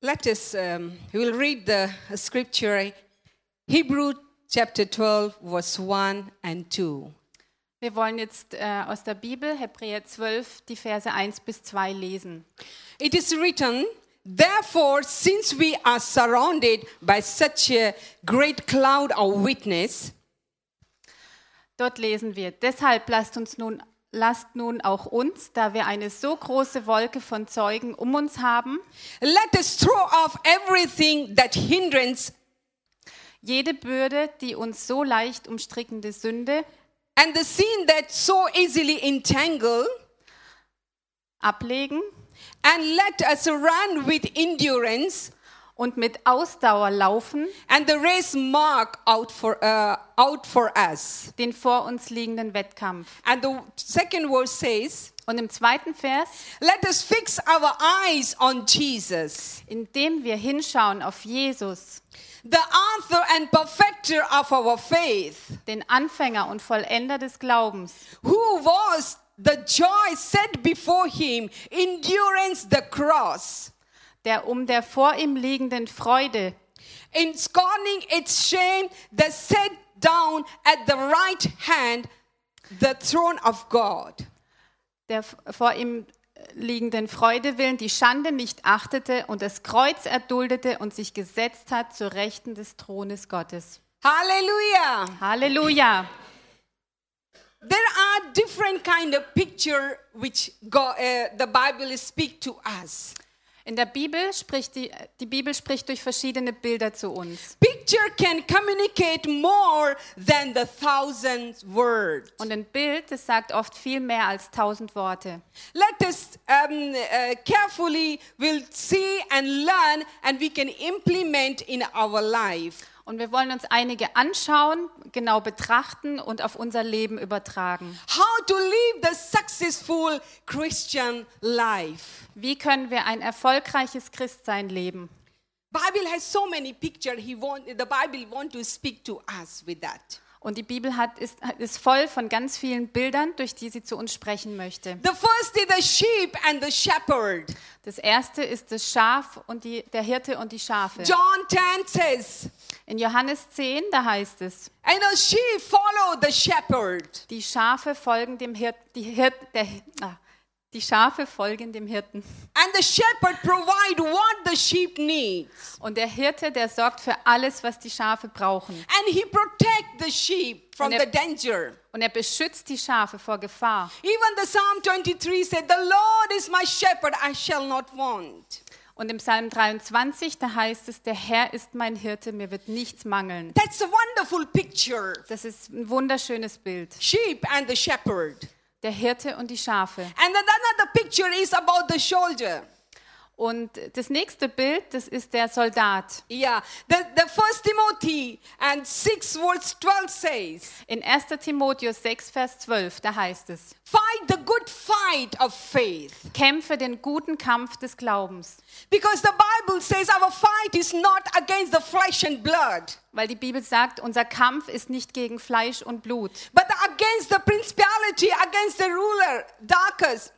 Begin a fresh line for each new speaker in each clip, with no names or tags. Let us, um, we will read the scripture, Hebrew chapter 12, verse 1 and 2.
Wir wollen jetzt äh, aus der Bibel, Hebräer 12, die Verse 1 bis 2 lesen.
It is written, Therefore, since we are surrounded by such a great cloud of witness,
Dort lesen wir, deshalb lasst uns nun, lasst nun auch uns, da wir eine so große Wolke von Zeugen um uns haben,
let us throw off everything that hindrance
jede Bürde, die uns so leicht umstrickende Sünde
and the sin that so easily entangle,
ablegen
and let us run with endurance
und mit Ausdauer laufen,
and the race mark out for, uh, out for us.
den vor uns liegenden Wettkampf.
And the second verse says,
Und im zweiten Vers,
Let us fix our eyes on Jesus,
indem wir hinschauen auf Jesus,
the author and perfecter of our faith,
den Anfänger und Vollender des Glaubens,
who was the joy set before him, endurance the cross,
der um der vor ihm liegenden Freude
in scorning its shame, that sat down at the right hand, the throne of God.
der f- vor ihm äh, liegenden Freude willen die Schande nicht achtete und das Kreuz erduldete und sich gesetzt hat zur Rechten des Thrones Gottes.
Hallelujah.
Halleluja!
There are different kind of picture which God, uh, the Bible speak to us.
In der Bibel spricht die, die Bibel spricht durch verschiedene Bilder zu uns.
Picture can communicate more than the thousand words.
Und ein Bild, das sagt oft viel mehr als tausend Worte.
Let us um, uh, carefully will see and learn, and we can implement in our life.
Und wir wollen uns einige anschauen, genau betrachten und auf unser Leben übertragen.
How to live the successful Christian life.
Wie können wir ein erfolgreiches Christsein leben?
Bible has so many picture. He want the Bible want to speak to us with that.
Und die Bibel hat, ist, ist voll von ganz vielen Bildern, durch die sie zu uns sprechen möchte.
The first is the sheep and the shepherd.
Das erste ist das Schaf und die, der Hirte und die Schafe.
John 10 says,
In Johannes 10, da heißt es,
and the sheep follow the shepherd.
die Schafe folgen dem Hirten, die, Hirt, der, ah, die Schafe folgen dem Hirten.
And the shepherd provide what the sheep needs.
Und der Hirte, der sorgt für alles, was die Schafe brauchen.
And he protect the sheep from
And
the
it-
danger.
Und er beschützt die Schafe vor Gefahr.
Even the Psalm 23 said, The Lord is my shepherd, I shall not want.
Und im Psalm 23, da heißt es, der Herr ist mein Hirte, mir wird nichts mangeln.
That's a wonderful picture.
Das ist ein wunderschönes Bild.
Sheep and the shepherd.
Der Hirte und die Schafe.
And then another picture is about the soldier.
Und das nächste Bild, das ist der Soldat.
Yeah. The, the first Timothy and 6 verse 12 says,
In 1. Timotheus 6, Vers 12, da heißt es,
Fight the good fight of faith.
kämpfe den guten Kampf des Glaubens.
Because the Bible says our fight is not against the flesh and blood,
Weil die Bibel sagt, unser Kampf ist nicht gegen Fleisch und Blut,
but against the principality, against the ruler, darkness.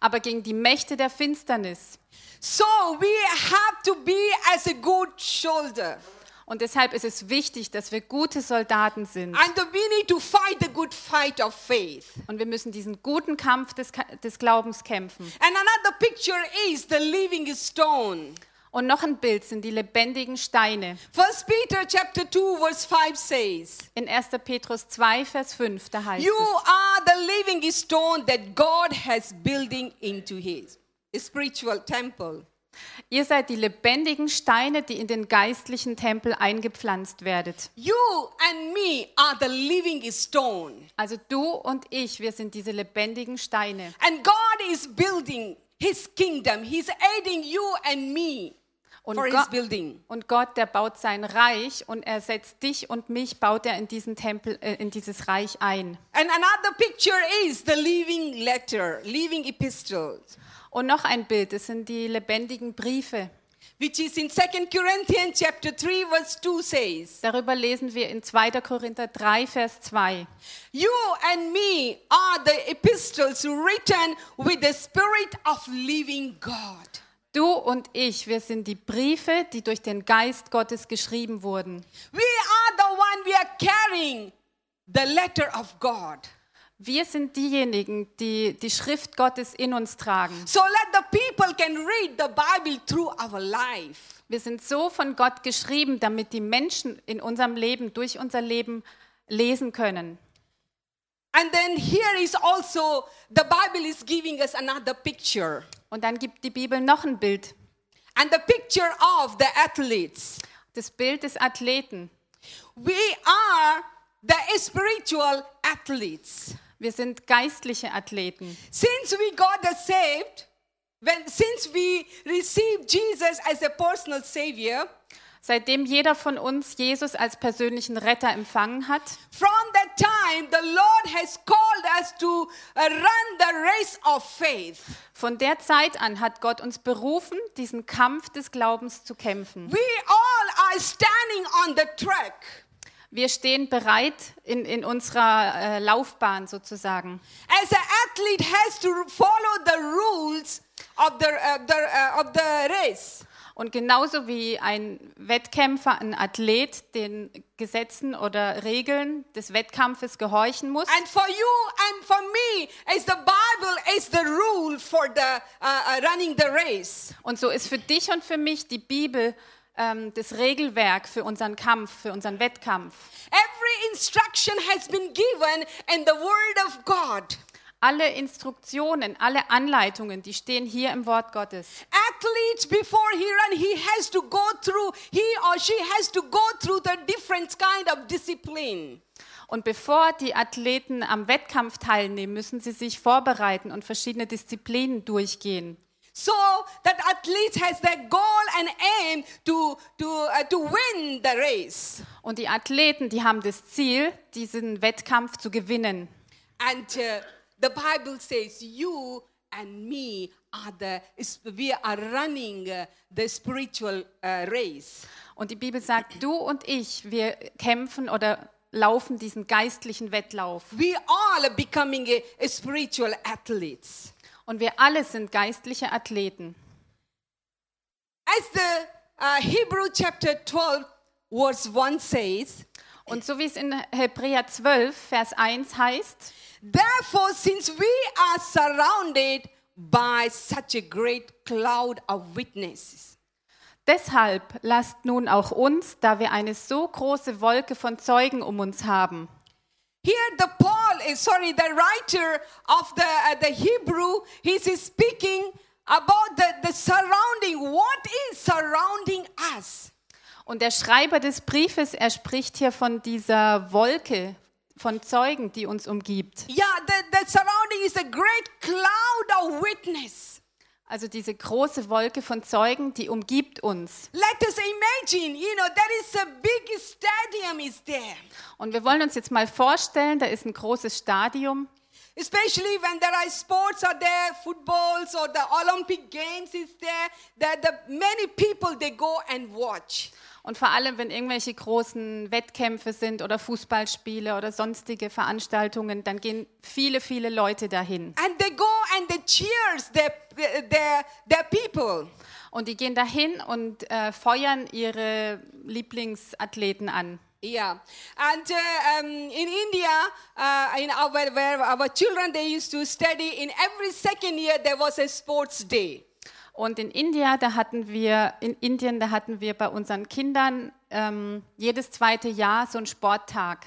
aber gegen die Mächte der Finsternis.
So we have to be as a good soldier,
Und deshalb ist es wichtig, dass wir gute Soldaten sind.
and we need to fight the good fight of faith.
Und wir müssen diesen guten Kampf des, Ka- des Glaubens kämpfen.
And another picture is the living stone.
Und noch ein Bild sind die lebendigen Steine.
First Peter chapter 2 verse 5 says,
In 1. Petrus 2, Vers 5, da heißt
"You
es,
are the living stone that God has building into his spiritual temple."
Ihr seid die lebendigen Steine, die in den geistlichen Tempel eingepflanzt werdet.
You and me are the living stone,
Also du und ich, wir sind diese lebendigen Steine.
and God is building His kingdom. He's aiding you and me
Und,
for His
Gott-
building.
und Gott, der baut sein Reich und er setzt dich und mich, baut er in diesen Tempel, äh, in dieses Reich ein.
And another picture is the living letter, living epistle,
Und noch ein Bild, das sind die lebendigen Briefe.
which is in 2 Corinthians chapter 3 verse 2 says,
Darüber lesen wir in 2. Korinther 3, Vers 2.
"You and me are the epistles written with the spirit of living God."
Du und ich, wir sind die Briefe, die durch den Geist Gottes geschrieben wurden.
We are the one we are carrying the letter of God.
Wir sind diejenigen, die die Schrift Gottes in uns tragen.
So let the people can read the Bible through our life.
Wir sind so von Gott geschrieben, damit die Menschen in unserem Leben, durch unser Leben lesen können.
And then here is also the Bible is giving us another picture.
Und dann gibt die Bibel noch ein Bild,
And the picture of the athletes.
das Bild des Athleten.
We are the spiritual athletes.
Wir sind geistliche Athleten.
Since we got us saved, when since we received Jesus as a personal savior,
Seitdem jeder von uns Jesus als persönlichen Retter empfangen hat,
from that time the Lord has called us to uh, run the race of faith.
von der Zeit an hat Gott uns berufen, diesen Kampf des Glaubens zu kämpfen.
We all are standing on the track.
Wir stehen bereit in, in unserer äh, Laufbahn sozusagen.
As an athlete has to follow the rules of the, uh, the, uh, of the race.
Und genauso wie ein Wettkämpfer, ein Athlet den Gesetzen oder Regeln des Wettkampfes gehorchen muss,
And for you and for me, as the Bible is the rule for the uh, uh, running the race.
und so ist für dich und für mich die Bibel ähm, das Regelwerk für unseren Kampf, für unseren Wettkampf.
Every instruction has been given in the Word of God.
Alle Instruktionen, alle Anleitungen, die stehen hier im Wort Gottes.
Athletes, before he run, he has to go through, he or she has to go through the different kind of discipline.
Und bevor die Athleten am Wettkampf teilnehmen, müssen sie sich vorbereiten und verschiedene Disziplinen durchgehen.
So that athlete has their goal and aim to, to, uh, to win the race.
Und die Athleten, die haben das Ziel, diesen Wettkampf zu gewinnen.
And uh, the Bible says, You and me are the, is- we are running uh, the spiritual uh, race.
Und die Bibel sagt, du und ich, wir kämpfen oder laufen diesen geistlichen Wettlauf.
We all are becoming a, a spiritual athletes.
Und wir alle sind geistliche Athleten.
As the uh, Hebrew chapter 12, verse 1 says,
Und so wie es in Hebräer 12, Vers 1 heißt,
Therefore, since we are surrounded by such a great cloud of witnesses,
deshalb lasst nun auch uns, da wir eine so große Wolke von Zeugen um uns haben.
Here, the Paul is sorry, the writer of the uh, the Hebrew, he's speaking about the, the surrounding. What is surrounding us?
Und der Schreiber des Briefes, er spricht hier von dieser Wolke von Zeugen, die uns umgibt.
Yeah, the, the surrounding is a great cloud of witness.
Also diese große Wolke von Zeugen, die umgibt uns.
Let us imagine, you know, there is a big stadium is there.
Und wir wollen uns jetzt mal vorstellen, da ist ein großes Stadion.
Especially when there are sports are there, footballs or the Olympic Games is there, that the many people they go and watch.
Und vor allem, wenn irgendwelche großen Wettkämpfe sind oder Fußballspiele oder sonstige Veranstaltungen, dann gehen viele, viele Leute dahin.
And they go and they cheers their, their, their people.
Und die gehen dahin und äh, feuern ihre Lieblingsathleten an.
Yeah. And uh, um, in India, uh, in our, where our children, they used to study, in every second year there was a sports day.
Und in India, da hatten wir, in Indien, da hatten wir bei unseren Kindern ähm, jedes zweite Jahr so einen Sporttag.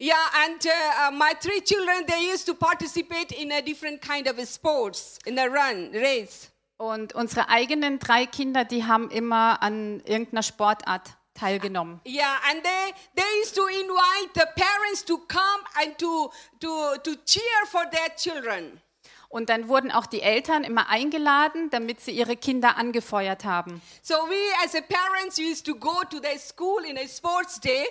Yeah, and uh, uh, my three children, they used to participate in a different kind of sports, in a run, race.
Und unsere eigenen drei Kinder, die haben immer an irgendeiner Sportart teilgenommen.
Yeah, and they, they used to invite the parents to come and to, to, to cheer for their children.
Und dann wurden auch die Eltern immer eingeladen, damit sie ihre Kinder angefeuert haben.
So we as a parents used to go to the school in a sports day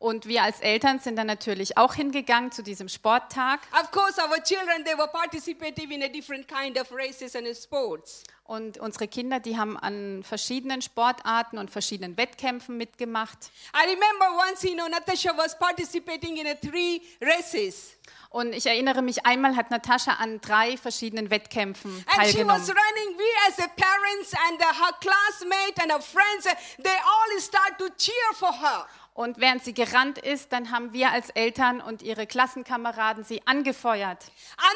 Und wir als Eltern sind dann natürlich auch hingegangen zu diesem Sporttag.
Of course, our children, they were participating in a different kind of races and sports.
Und unsere Kinder, die haben an verschiedenen Sportarten und verschiedenen Wettkämpfen mitgemacht.
I remember once, you know, Natasha was participating in a three races.
Und ich erinnere mich, einmal hat Natascha an drei verschiedenen Wettkämpfen
And she was
teilgenommen.
running. We, as the parents and the, her classmate and her friends, uh, they all start to cheer for her.
Und während sie gerannt ist, dann haben wir als Eltern und ihre Klassenkameraden sie angefeuert,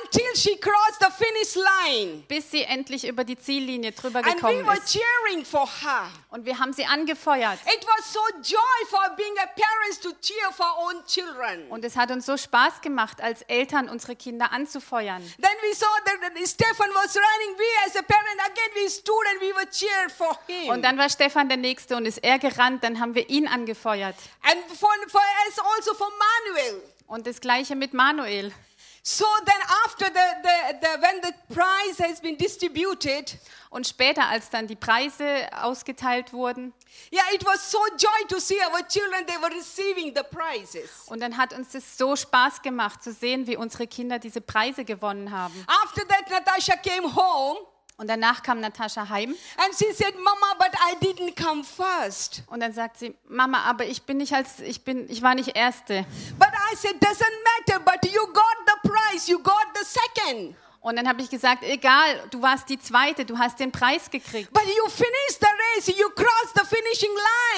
until she crossed the finish line.
bis sie endlich über die Ziellinie drüber
And we
gekommen
were
ist.
cheering for her.
Und wir haben sie angefeuert.
It was so joyful being a parents to cheer for our own children.
Und es hat uns so Spaß gemacht, als Eltern unsere Kinder anzufeuern.
Then we saw that that Stefan was running. We, as a parent, again we stood and we were cheered for him.
Und dann war Stefan der Nächste und ist er gerannt, dann haben wir ihn angefeuert.
and for, for us also for Manuel.
Und das gleiche mit Manuel.
So then, after the, the, the when the prize has been distributed,
Und später, als dann die Preise ausgeteilt wurden,
yeah, it was so joy to see our children. They were receiving the prizes.
und dann hat uns das so Spaß gemacht zu sehen, wie unsere Kinder diese Preise gewonnen haben.
After that, Natasha came home.
Und danach kam Natascha heim
And she said, Mama, but I didn't come first.
und dann sagt sie: Mama, aber ich bin nicht als ich bin, ich war nicht Erste.
But I said, doesn't matter, but you got the prize, you got the second.
Und dann habe ich gesagt: Egal, du warst die Zweite, du hast den Preis gekriegt.
But you finished the race, you crossed the finishing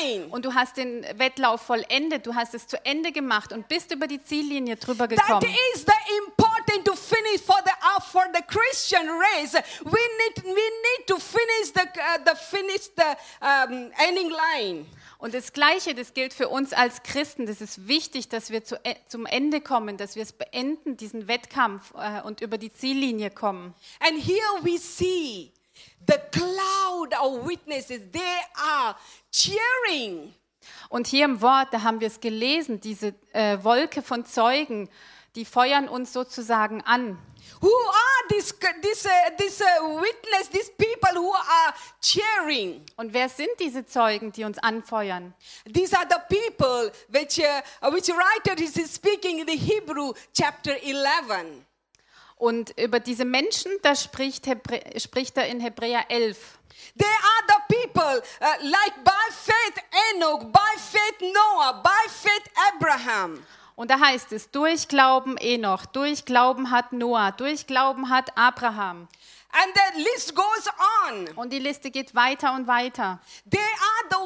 line.
Und du hast den Wettlauf vollendet, du hast es zu Ende gemacht und bist über die Ziellinie drüber
That
gekommen.
is the important to finish for the uh, for the Christian race. We need we need to finish the uh, the finish the um, ending line.
Und das Gleiche, das gilt für uns als Christen. Das ist wichtig, dass wir zu, e- zum Ende kommen, dass wir es beenden, diesen Wettkampf äh, und über die Ziellinie kommen.
And here we see the cloud of witnesses. They are cheering.
Und hier im Wort, da haben wir es gelesen, diese äh, Wolke von Zeugen, die feuern uns sozusagen an.
Who are these this, uh, this uh, witness, these people who are cheering?
Und wer sind diese Zeugen, die uns anfeuern?
These are the people which, uh, which writer is speaking in the Hebrew chapter 11.
Und über diese Menschen, da spricht, Hebrä spricht er in Hebräer 11.
They are the people uh, like by faith Enoch, by faith Noah, by faith Abraham.
Und da heißt es, durch Glauben Enoch, durch Glauben hat Noah, durch Glauben hat Abraham.
And the list goes on.
Und die Liste geht weiter und weiter.
They are the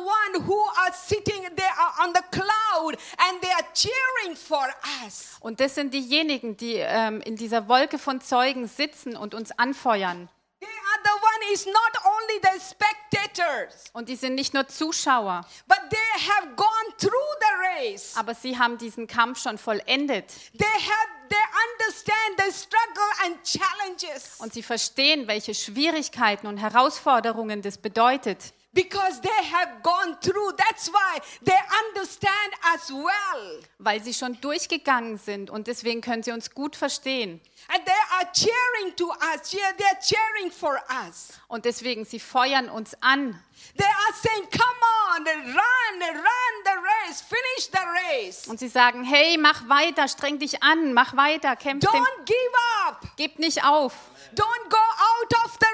one who are sitting, they are on the cloud and they are cheering for us.
Und das sind diejenigen, die ähm, in dieser Wolke von Zeugen sitzen und uns anfeuern.
They are the one is not only the spectators.
Und die sind nicht nur Zuschauer,
But they have gone through the race.
aber sie haben diesen Kampf schon vollendet.
They have they understand the struggle and challenges
Und sie verstehen, welche Schwierigkeiten und Herausforderungen das bedeutet.
because they have gone through. That's why they understand as well.
Weil sie schon durchgegangen sind und deswegen können sie uns gut verstehen.
And they are cheering to us. Yeah, they are cheering for us.
Und deswegen, sie feuern uns an.
They are saying, "Come on, run, run the race, finish the race.
Und sie sagen, hey, mach weiter, streng dich an, mach weiter, kämpf, den,
Don't give up.
gib nicht auf.
Don't go out of the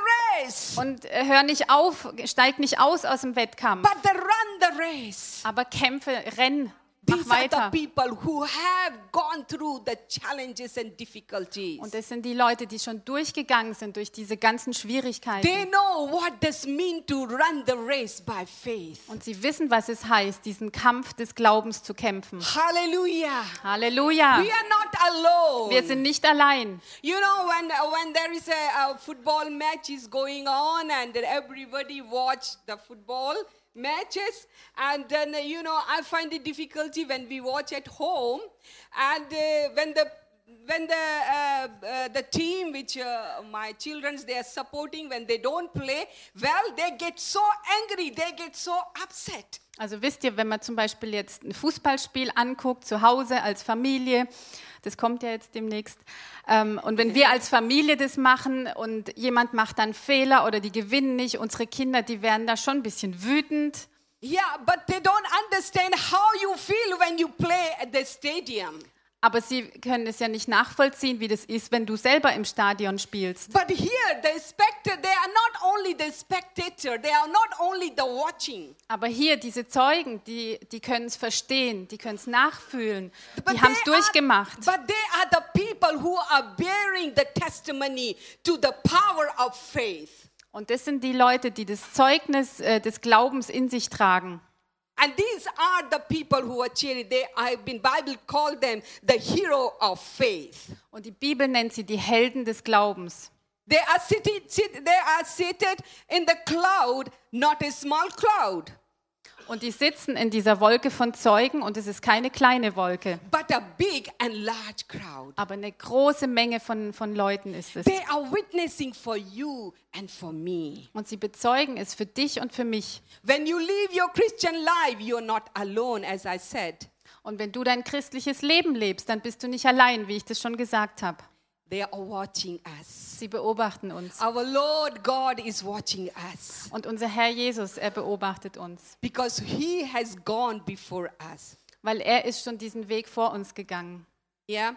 race,
Und äh, hör nicht auf, steig nicht aus aus dem Wettkampf.
but the run the race."
Aber kämpfe, renn, mach
These are the
weiter.
people who have gone through the challenges and difficulties.
Und das sind die Leute, die schon durchgegangen sind durch diese ganzen
They
Schwierigkeiten.
know what does mean to run the race by faith.
Und sie wissen, was es heißt, diesen Kampf des Glaubens zu kämpfen.
Hallelujah.
Halleluja!
We are not alone.
Wir sind nicht allein.
You know, when, when there is a, a football match is going on and everybody watch the football matches and then uh, you know i find the difficulty when we watch at home and uh, when the when the uh, uh, the team which uh, my childrens they are supporting when they don't play well they get so angry they get so upset
Also wisst ihr, wenn man zum Beispiel jetzt ein Fußballspiel anguckt, zu Hause als Familie, das kommt ja jetzt demnächst, ähm, und wenn wir als Familie das machen und jemand macht dann Fehler oder die gewinnen nicht, unsere Kinder, die werden da schon ein bisschen wütend.
Yeah, but they don't understand how you feel when you play at the stadium.
Aber sie können es ja nicht nachvollziehen, wie das ist, wenn du selber im Stadion spielst.
But here, the spectator, they are not only the spectator, they are not only the watching.
Aber hier, diese Zeugen, die, die können es verstehen, die können es nachfühlen,
But
die haben es
they are-
durchgemacht.
But they are the people who are bearing the testimony to the power of faith.
Und das sind die Leute, die das Zeugnis äh, des Glaubens in sich tragen.
And these are the people who are cheering. They I've been Bible called them the hero of faith.
Und die Bibel nennt sie die Helden des Glaubens.
They are seated, sit, they are seated in the cloud, not a small cloud,
Und die sitzen in dieser Wolke von Zeugen und es ist keine kleine Wolke,
but a big and large crowd.
aber eine große Menge von, von Leuten ist es.
They are witnessing for you and for me.
Und sie bezeugen es für dich und für mich.
When you live your Christian life, you're not alone, as I said.
Und wenn du dein christliches Leben lebst, dann bist du nicht allein, wie ich das schon gesagt habe.
They are watching us.
Sie beobachten uns.
Our Lord God is watching us
Und unser Herr Jesus, er beobachtet uns,
because He has gone before us.
weil er ist schon diesen Weg vor uns gegangen.
Yeah.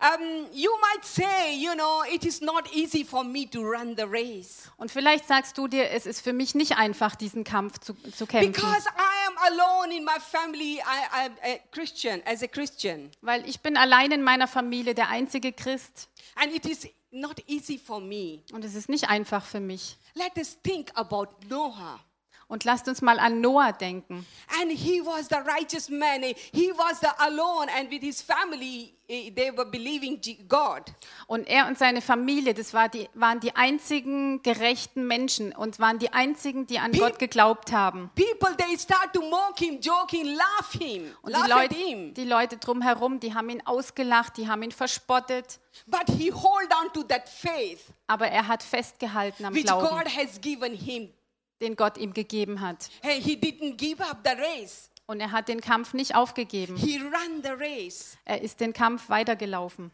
Um, you might say, you know, it is not easy for me to run the race
Und vielleicht sagst du dir, es ist für mich nicht einfach, diesen Kampf zu, zu kämpfen,
because I am alone in my family. I am a Christian, as a Christian,
weil ich bin allein in meiner Familie der einzige Christ
and it is not easy for me.
und es ist nicht einfach für mich.
Let us think about Noah.
Und lasst uns mal an Noah denken.
And he was the righteous man. He was the alone, and with his family, eh, they were believing Je- God.
Und er und seine Familie, das war die, waren die einzigen gerechten Menschen und waren die einzigen, die an
Wie-
Gott geglaubt haben.
People they start to mock him, joke him, laugh him,
Und die
laugh at
Leute,
him.
die Leute drumherum, die haben ihn ausgelacht, die haben ihn verspottet,
But he hold on to that faith
aber er hat festgehalten am
which God
Glauben,
has given him.
den Gott ihm gegeben hat.
Hey, he didn't give up the race.
Und er hat den Kampf nicht aufgegeben.
He ran the race.
Er ist den Kampf weitergelaufen.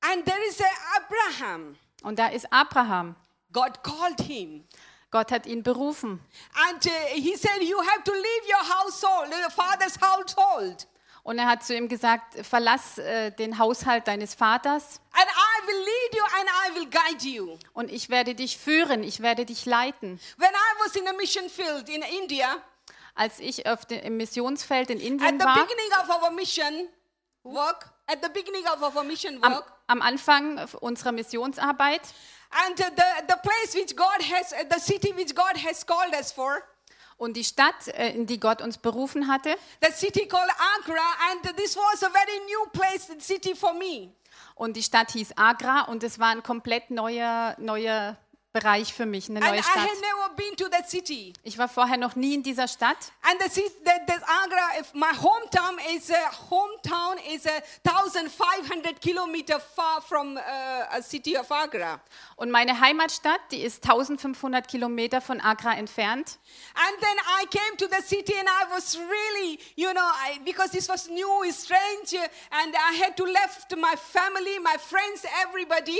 And there is a Abraham.
Und da ist Abraham.
God called him.
Gott hat ihn berufen.
And eh, he said, You have to leave your household, your father's household.
Und er hat zu ihm gesagt, verlass äh, den Haushalt deines Vaters
And I will lead you and I will guide you.
und ich werde dich führen, ich werde dich leiten.
When I was in a mission field in India,
Als ich auf dem, im Missionsfeld in
at
Indien
the
war,
beginning of our mission work, at the beginning of our mission
am,
work,
am Anfang unserer Missionsarbeit,
and uh, the, the place which God has, uh, the city which God has called us for,
Und die Stadt, äh, in die Gott uns berufen hatte.
the city called Agra, and this was a very new place, the city for me.
Und die Stadt hieß Agra und es war ein komplett neuer, neuer Bereich für mich, eine
And
neue
I
Stadt.
had never been to that city.
Ich war vorher noch nie in dieser Stadt
And the, ci- the, the Agra, if my hometown is a hometown is a thousand five hundred kilometer far from uh, a city of Agra.
und meine Heimatstadt, die ist 1500 Kilometer von Agra entfernt.
And then I came to the city and I was really, you know, I, because this was new, it's strange, uh, and I had to left my family, my friends, everybody.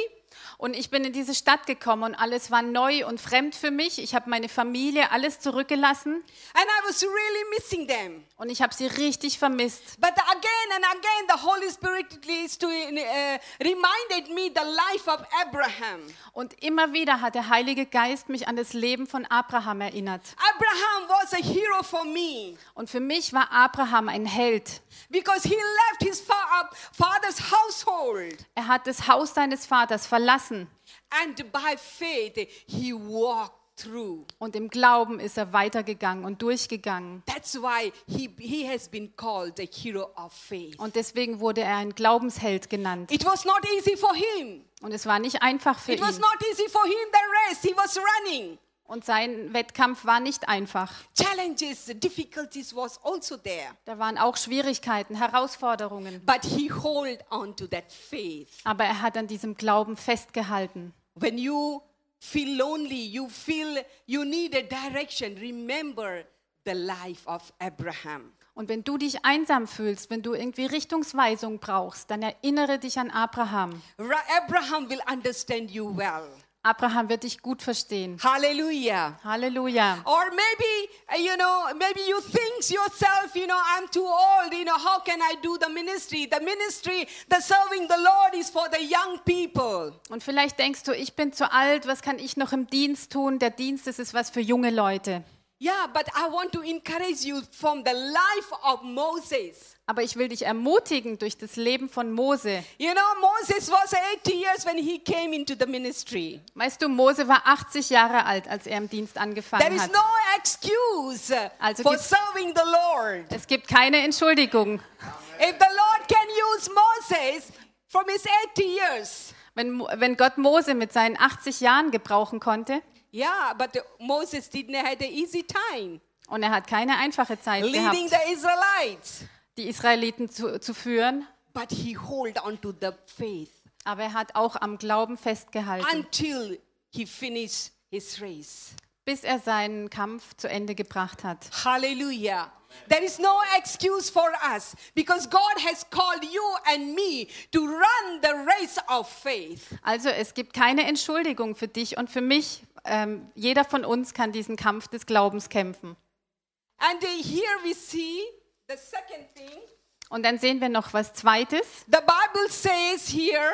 Und ich bin in diese Stadt gekommen und alles war neu und fremd für mich. Ich habe meine Familie, alles zurückgelassen
And I was really missing them.
und ich habe sie richtig vermisst.
But again and again, the Holy Spirit leads to, uh, reminded me the life of Abraham.
Und immer wieder hat der Heilige Geist mich an das Leben von Abraham erinnert.
Abraham was a hero for me
Und für mich war Abraham ein Held.
because he left his fa- uh, father's household.
Er hat das Haus seines Vaters verlassen
And by faith, he walked through.
und im Glauben ist er weitergegangen und durchgegangen.
That's why he, he has been called the hero of faith.
Und deswegen wurde er ein Glaubensheld genannt.
It was not easy for him.
Und es war nicht einfach für
It was
ihn.
not easy for him the race. He was running.
Und sein Wettkampf war nicht einfach.
Challenges, difficulties was also there.
Da waren auch Schwierigkeiten, Herausforderungen.
But he hold on to that faith.
Aber er hat an diesem Glauben festgehalten.
When you feel lonely, you feel you need a direction. Remember the life of Abraham.
Und wenn du dich einsam fühlst, wenn du irgendwie Richtungsweisung brauchst, dann erinnere dich an Abraham.
Ra- Abraham will understand you well.
Abraham wird dich gut verstehen.
Hallelujah.
Halleluja.
Or maybe, uh, you know, maybe you think yourself, you know, I'm too old, you know, how can I do the ministry? The ministry, the serving the Lord is for the young people.
Und vielleicht denkst du, ich bin zu alt, was kann ich noch im Dienst tun? Der Dienst das ist was für junge Leute.
Yeah, but I want to encourage you from the life of Moses.
Aber ich will dich ermutigen durch das Leben von Mose.
You know, Moses was 80 years when he came into the ministry.
Weißt du, Mose war 80 Jahre alt, als er im Dienst
There
angefangen
is
hat.
no excuse
Also
for
gibt's-
serving the Lord.
Es gibt keine Entschuldigung.
If the Lord can use Moses from his 80 years,
Wenn, Mo- wenn Gott Mose mit seinen 80 Jahren gebrauchen konnte
yeah, but Moses didn't have an easy time
und er hat keine einfache Zeit
leading
gehabt,
the Israelites.
die Israeliten zu, zu führen,
But he hold on to the faith
aber er hat auch am Glauben festgehalten,
until he finished his race.
bis er seinen Kampf zu Ende gebracht hat.
Hallelujah. There is no excuse for us because God has called you and me to run the race of faith.
Also es gibt keine Entschuldigung für dich und für mich. Ähm, jeder von uns kann diesen Kampf des Glaubens kämpfen.
And uh, here we see the second thing.
Und dann sehen wir noch was Zweites.
The Bible says here,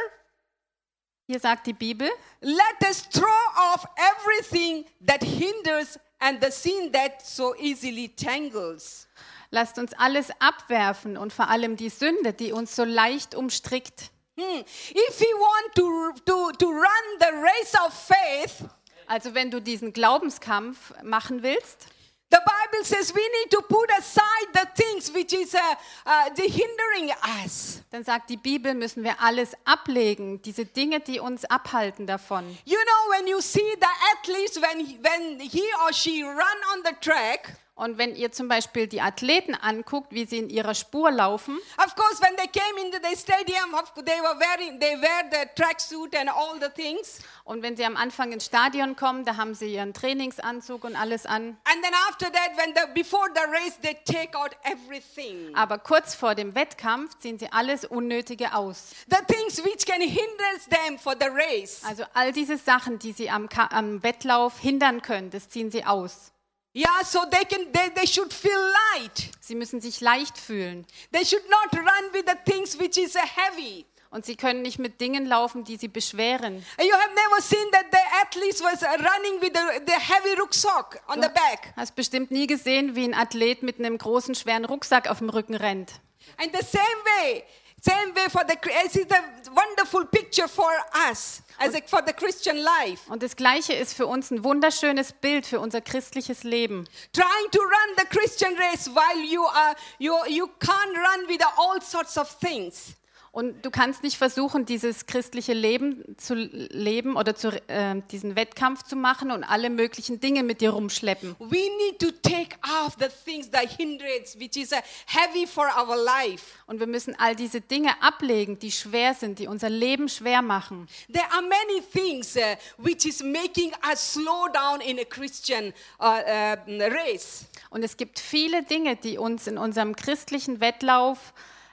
Hier sagt die Bibel,
let us throw off everything that hinders and the sin that so easily tangles.
lasst uns alles abwerfen und vor allem die Sünde, die uns so leicht umstrickt.
Hmm. If we want to, to, to run the race of faith,
Also wenn du diesen Glaubenskampf machen willst,
The Bible says we need to put aside the things which is uh, uh, the hindering us.
dann sagt die Bibel, müssen wir alles ablegen, diese Dinge, die uns abhalten davon.
You know, when you see the athletes, when he, when he or she run on the track,
Und wenn ihr zum Beispiel die Athleten anguckt, wie sie in ihrer Spur laufen,
of course, when they came into the stadium, of- they were wearing, they wear the tracksuit and all the things.
Und wenn sie am Anfang ins Stadion kommen, da haben sie ihren Trainingsanzug und alles an.
And then after that, when the, before the race, they take out everything.
Aber kurz vor dem Wettkampf ziehen sie alles Unnötige aus.
The things which can hinder them for the race.
Also all diese Sachen, die sie am, Ka am Wettlauf hindern können, das ziehen sie aus.
Yeah, so they can, they, they should feel light.
Sie müssen sich leicht fühlen.
They should not run with the things which is uh, heavy.
Und sie können nicht mit Dingen laufen, die sie beschweren.
You have never seen that the athletes was uh, running with the, the heavy rucksack on the back,
Hast bestimmt nie gesehen, wie ein Athlet mit einem großen, schweren Rucksack auf dem Rücken rennt.
and the same way, same way for the this is the wonderful picture for us as a, for the Christian life,
Und das Gleiche ist für uns ein wunderschönes Bild für unser christliches Leben.
trying to run the Christian race while you are you you can't run with all sorts of things.
Und du kannst nicht versuchen, dieses christliche Leben zu leben oder zu, äh, diesen Wettkampf zu machen und alle möglichen Dinge mit dir rumschleppen.
We need to take off the things that hindrance, which is uh, heavy for our life.
Und wir müssen all diese Dinge ablegen, die schwer sind, die unser Leben schwer machen.
There are many things uh, which is making us slow down in a Christian uh, uh, race.
Und es gibt viele Dinge, die uns in unserem christlichen Wettlauf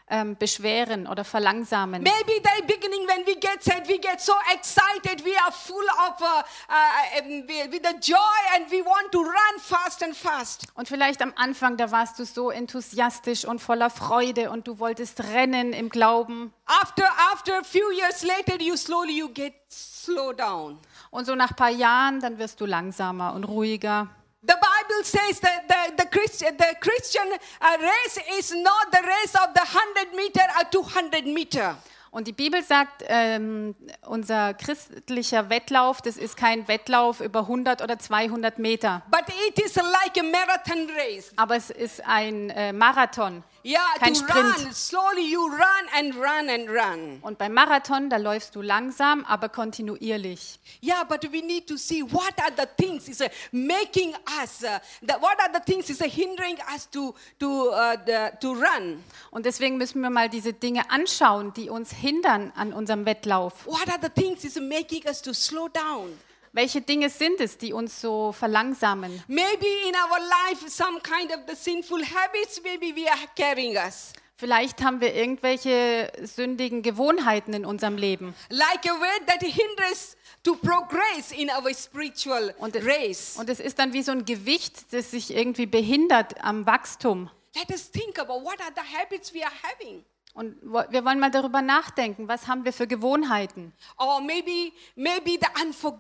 ähm, beschweren oder verlangsamen.
Maybe the beginning when we get set, we get so excited, we are full of uh, uh, um, with with the joy, and we want to run fast and fast.
Und vielleicht am Anfang, da warst du so enthusiastisch und voller Freude und du wolltest rennen im Glauben.
After after a few years later, you slowly you get slow down.
Und so nach ein paar Jahren, dann wirst du langsamer und ruhiger.
The Bible says that the, the, Christian, the Christian uh, race is not the race of the 100 meter or 200 meter.
Und die Bibel sagt, ähm, unser christlicher Wettlauf, das ist kein Wettlauf über 100 oder 200 Meter,
But it is like a marathon race.
aber es ist ein äh, Marathon.
Yeah,
Kein
to
Sprint.
run slowly, you run and run and run.
Und beim Marathon, da läufst du langsam, aber kontinuierlich.
Yeah, but we need to see what are the things is uh, making us. Uh, the, what are the things is uh, hindering us to to uh, the, to run?
Und deswegen müssen wir mal diese Dinge anschauen, die uns hindern an unserem Wettlauf.
What are the things is making us to slow down?
Welche Dinge sind es, die uns so verlangsamen?
Maybe in our life some kind of the sinful habits maybe we are carrying us.
Vielleicht haben wir irgendwelche sündigen Gewohnheiten in unserem Leben.
like a weight that hinders to progress in our spiritual
Und, es-
race.
und es ist dann wie so ein Gewicht, das sich irgendwie behindert am Wachstum.
Let us think about what are the habits we are having.
Und wo- wir wollen mal darüber nachdenken, was haben wir für Gewohnheiten?
Or maybe, maybe the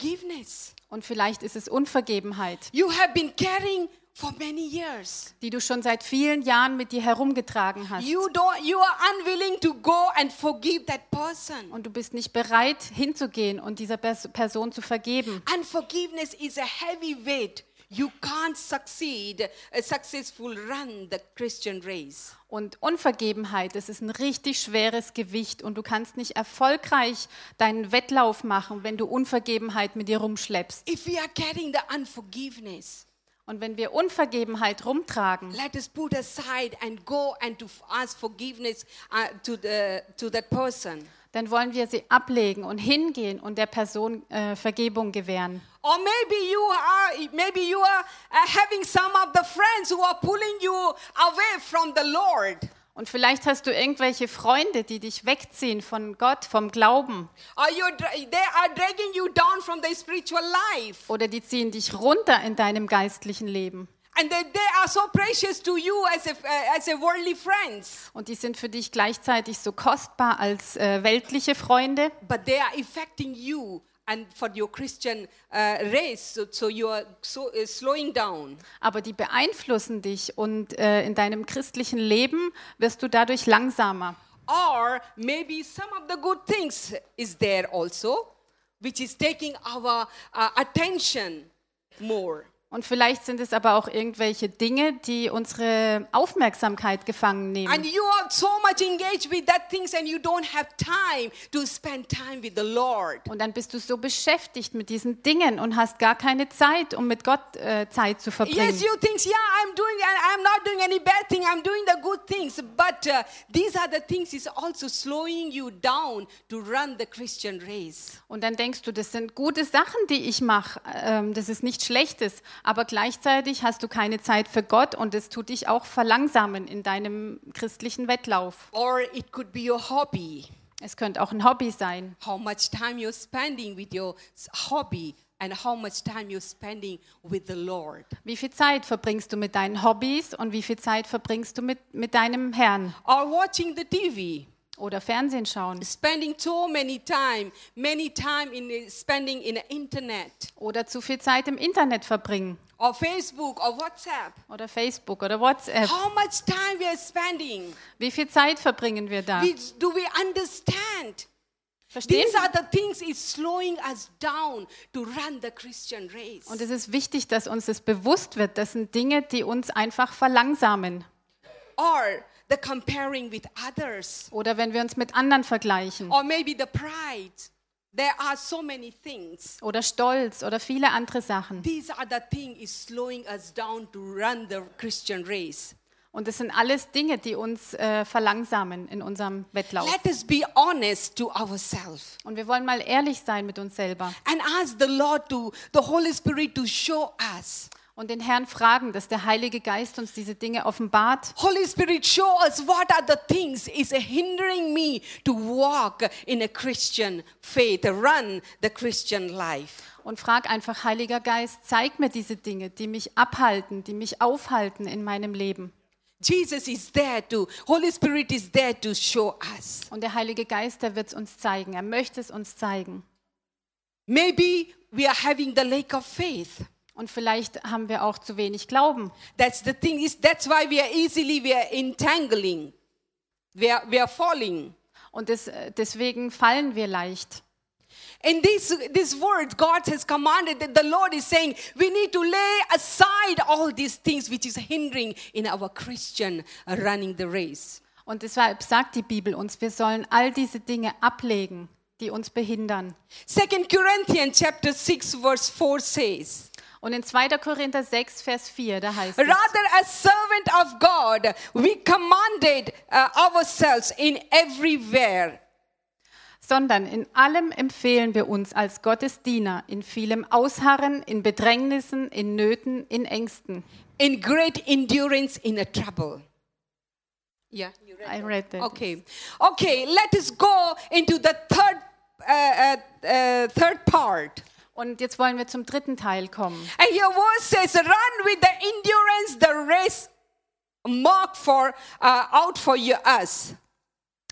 unforgiveness
Und vielleicht ist es Unvergebenheit,
you have been carrying for many years.
die du schon seit vielen Jahren mit dir herumgetragen hast.
You don't you are unwilling to go and forgive that person.
Und du bist nicht bereit, hinzugehen und dieser Pers Person zu vergeben.
Unforgiveness is a heavy weight. You can't succeed a successful run the Christian race.
Und Unvergebenheit, das ist ein richtig schweres Gewicht und du kannst nicht erfolgreich deinen Wettlauf machen, wenn du Unvergebenheit mit dir rumschleppst.
If we are carrying the unforgiveness,
Und wenn wir Unvergebenheit rumtragen,
let us put aside and go and to f- ask forgiveness uh, to the to that person.
dann wollen wir sie ablegen und hingehen und der Person äh, Vergebung gewähren.
Or maybe you are maybe you are uh, having some of the friends who are pulling you away from the Lord.
Und vielleicht hast du irgendwelche Freunde, die dich wegziehen von Gott, vom Glauben.
Or you dra- they are dragging you down from the spiritual life.
Oder die ziehen dich runter in deinem geistlichen Leben.
And they, they are so precious to you as a, uh, as a worldly friends,
Und die sind für dich gleichzeitig so kostbar als äh, weltliche Freunde.
but they are affecting you and for your Christian uh, race. So, so you are so, uh, slowing down.
aber die beeinflussen dich und äh, in deinem christlichen Leben wirst du dadurch langsamer.
Or maybe some of the good things is there also, which is taking our uh, attention more.
Und vielleicht sind es aber auch irgendwelche Dinge, die unsere Aufmerksamkeit gefangen
And
nehmen.
you are so much engaged with that things and you don't have time to spend time with the Lord.
Und dann bist du so beschäftigt mit diesen Dingen und hast gar keine Zeit, um mit Gott äh, Zeit zu verbringen.
Yes, you think, yeah, I'm doing, and I'm not doing any bad thing. I'm doing the good things. But uh, these are the things is also slowing you down to run the Christian race.
Und dann denkst du, das sind gute Sachen, die ich mache. Ähm, das ist nichts Schlechtes. Aber gleichzeitig hast du keine Zeit für Gott und es tut dich auch verlangsamen in deinem christlichen Wettlauf.
Or it could be your hobby.
Es könnte auch ein Hobby sein.
How much time you're spending with your s- hobby and how much time you're spending with the Lord.
Wie viel Zeit verbringst du mit deinen Hobbys und wie viel Zeit verbringst du mit, mit deinem Herrn
Or watching the TV.
oder Fernsehen schauen
Spending so many time, many time in uh, spending in the internet
oder zu viel Zeit im Internet verbringen
or Facebook or WhatsApp.
oder Facebook oder WhatsApp?
How much time we are spending?
Wie viel Zeit verbringen wir da?
We, do we understand?
Verstehen
These are the things is slowing us down to run the Christian race.
Und es ist wichtig, dass uns das bewusst wird. Das sind Dinge, die uns einfach verlangsamen.
Or the comparing with others.
Oder wenn wir uns mit anderen vergleichen.
Or maybe the pride. There are so many things.
Oder Stolz oder viele andere Sachen.
These are the things is slowing us down to run the Christian race.
Und das sind alles Dinge, die uns äh, verlangsamen in unserem Wettlauf.
Let us be honest to ourselves
Und wir wollen mal ehrlich sein mit uns selber.
and ask the Lord to, the Holy Spirit to show us.
und den Herrn fragen, dass der Heilige Geist uns diese Dinge offenbart.
Holy Spirit, show us what are the things is hindering me to walk in a Christian faith, run the Christian life.
Und frag einfach, Heiliger Geist, zeig mir diese Dinge, die mich abhalten, die mich aufhalten in meinem Leben.
Jesus is there to, Holy Spirit is there to show us.
Und der Heilige Geist, der wird es uns zeigen. Er möchte es uns zeigen.
Maybe we are having the lack of faith.
Und vielleicht haben wir auch zu wenig Glauben.
That's the thing is that's why we are easily we are entangling. We are, we are falling.
Und des, äh, deswegen fallen wir leicht.
In this, this word, God has commanded that the Lord is saying we need to lay aside all these things which is hindering in our Christian uh, running the race.
Und deshalb sagt die Bibel uns, wir sollen all diese Dinge ablegen, die uns behindern.
Second Corinthians chapter 6 verse 4 says,
Und in 2. Korinther 6, Vers 4, da heißt es,
Rather as servant of God, we commanded uh, ourselves in everywhere.
sondern in allem empfehlen wir uns als Gottes Diener, in vielem Ausharren, in Bedrängnissen, in Nöten, in Ängsten,
in great endurance in a trouble. Yeah.
I read that.
Okay. Okay, let us go into the third uh, uh, uh, third part.
Und jetzt wollen wir zum dritten Teil kommen.
And your verse says, "Run with the endurance the race marked for uh, out for you us."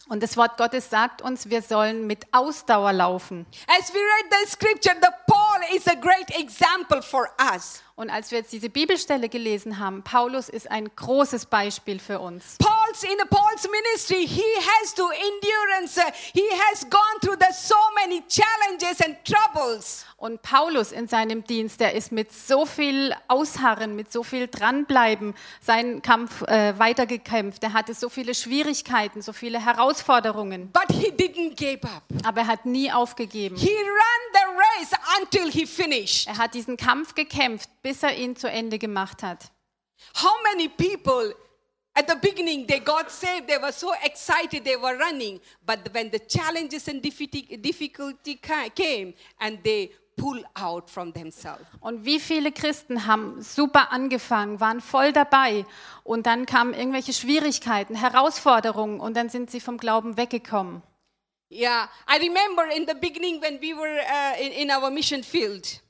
Und das Wort Gottes sagt uns, wir sollen mit Ausdauer laufen.
As we read the scripture, the Paul is a great example for us.
Und als wir jetzt diese Bibelstelle gelesen haben, Paulus ist ein großes Beispiel für uns.
Paul's in Paul's ministry, he has to endurance. uh, He has gone through the so many challenges and troubles.
Und Paulus in seinem Dienst, der ist mit so viel Ausharren, mit so viel Dranbleiben seinen Kampf äh, weitergekämpft. Er hatte so viele Schwierigkeiten, so viele Herausforderungen.
But he didn't give up.
Aber er hat nie aufgegeben.
He ran the race until he finished.
Er hat diesen Kampf gekämpft, bis er ihn zu Ende gemacht hat.
How many people at the beginning they got saved, they were so excited, they were running. But when the challenges and difficulty difficulty ca- came, and they pull out from themselves.
Und wie viele Christen haben super angefangen, waren voll dabei und dann kamen irgendwelche Schwierigkeiten, Herausforderungen und dann sind sie vom Glauben weggekommen.
Yeah, I remember in the beginning when we were uh, in, in our mission field.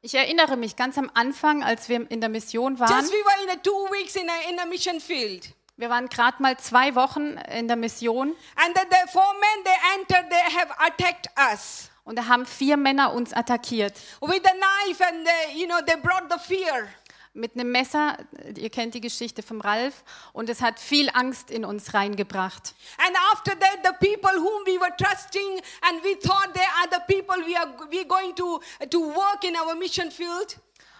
Ich erinnere mich ganz am Anfang, als wir in der Mission waren.
Just we were in a two weeks in a, in a mission field.
Wir waren gerade mal zwei Wochen in der Mission
And then the four men, they entered, they have attacked us
und da haben vier Männer uns attackiert.
with a knife and, they, you know, they brought the fear.
Mit einem Messer, ihr kennt die Geschichte vom Ralf, und es hat viel Angst in uns reingebracht.
And after that, the people whom we were trusting and we thought they are the people we are we going to, to work in our mission field.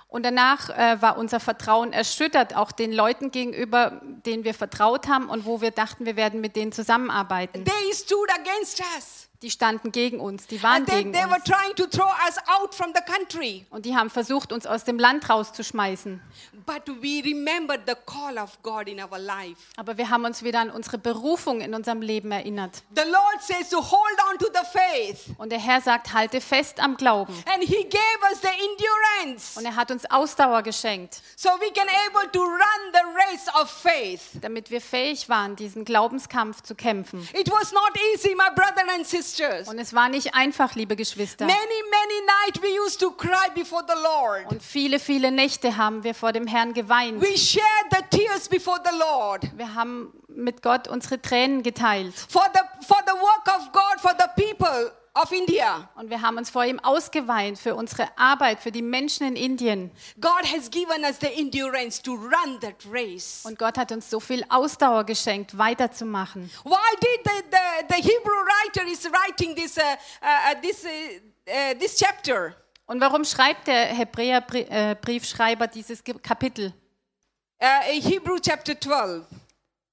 Und danach äh, war unser Vertrauen erschüttert, auch den Leuten gegenüber, denen wir vertraut haben und wo wir dachten, wir werden mit denen zusammenarbeiten.
They stood against us.
Die standen gegen uns, die waren
And they,
gegen
they were
uns.
trying to throw us out from the country.
Und die haben versucht, uns aus dem Land rauszuschmeißen.
But we remembered the call of God in our life.
Aber wir haben uns wieder an unsere Berufung in unserem Leben erinnert.
The Lord says to hold on to the faith.
Und der Herr sagt, halte fest am Glauben.
And He gave us the endurance.
Und er hat uns Ausdauer geschenkt,
So we can able to run the race of faith.
damit wir fähig waren, diesen Glaubenskampf zu kämpfen.
It was not easy, my brother and sisters.
Und es war nicht einfach, liebe Geschwister.
Many, many nights we used to cry before the Lord.
Und viele, viele Nächte haben wir vor dem Herrn geweint.
We shared the tears before the Lord.
Wir haben mit Gott unsere Tränen geteilt
For the, for the work of God, for the people of India.
und wir haben uns vor ihm ausgeweint für unsere Arbeit, für die Menschen in Indien.
God has given us the endurance to run that race.
Und Gott hat uns so viel Ausdauer geschenkt, weiterzumachen.
Why did the, the, the Hebrew writer is writing this, uh, uh, this, uh, uh, this chapter?
Und warum schreibt der Hebräerbriefschreiber dieses Ge- Kapitel?
Uh, in Hebrew chapter 12.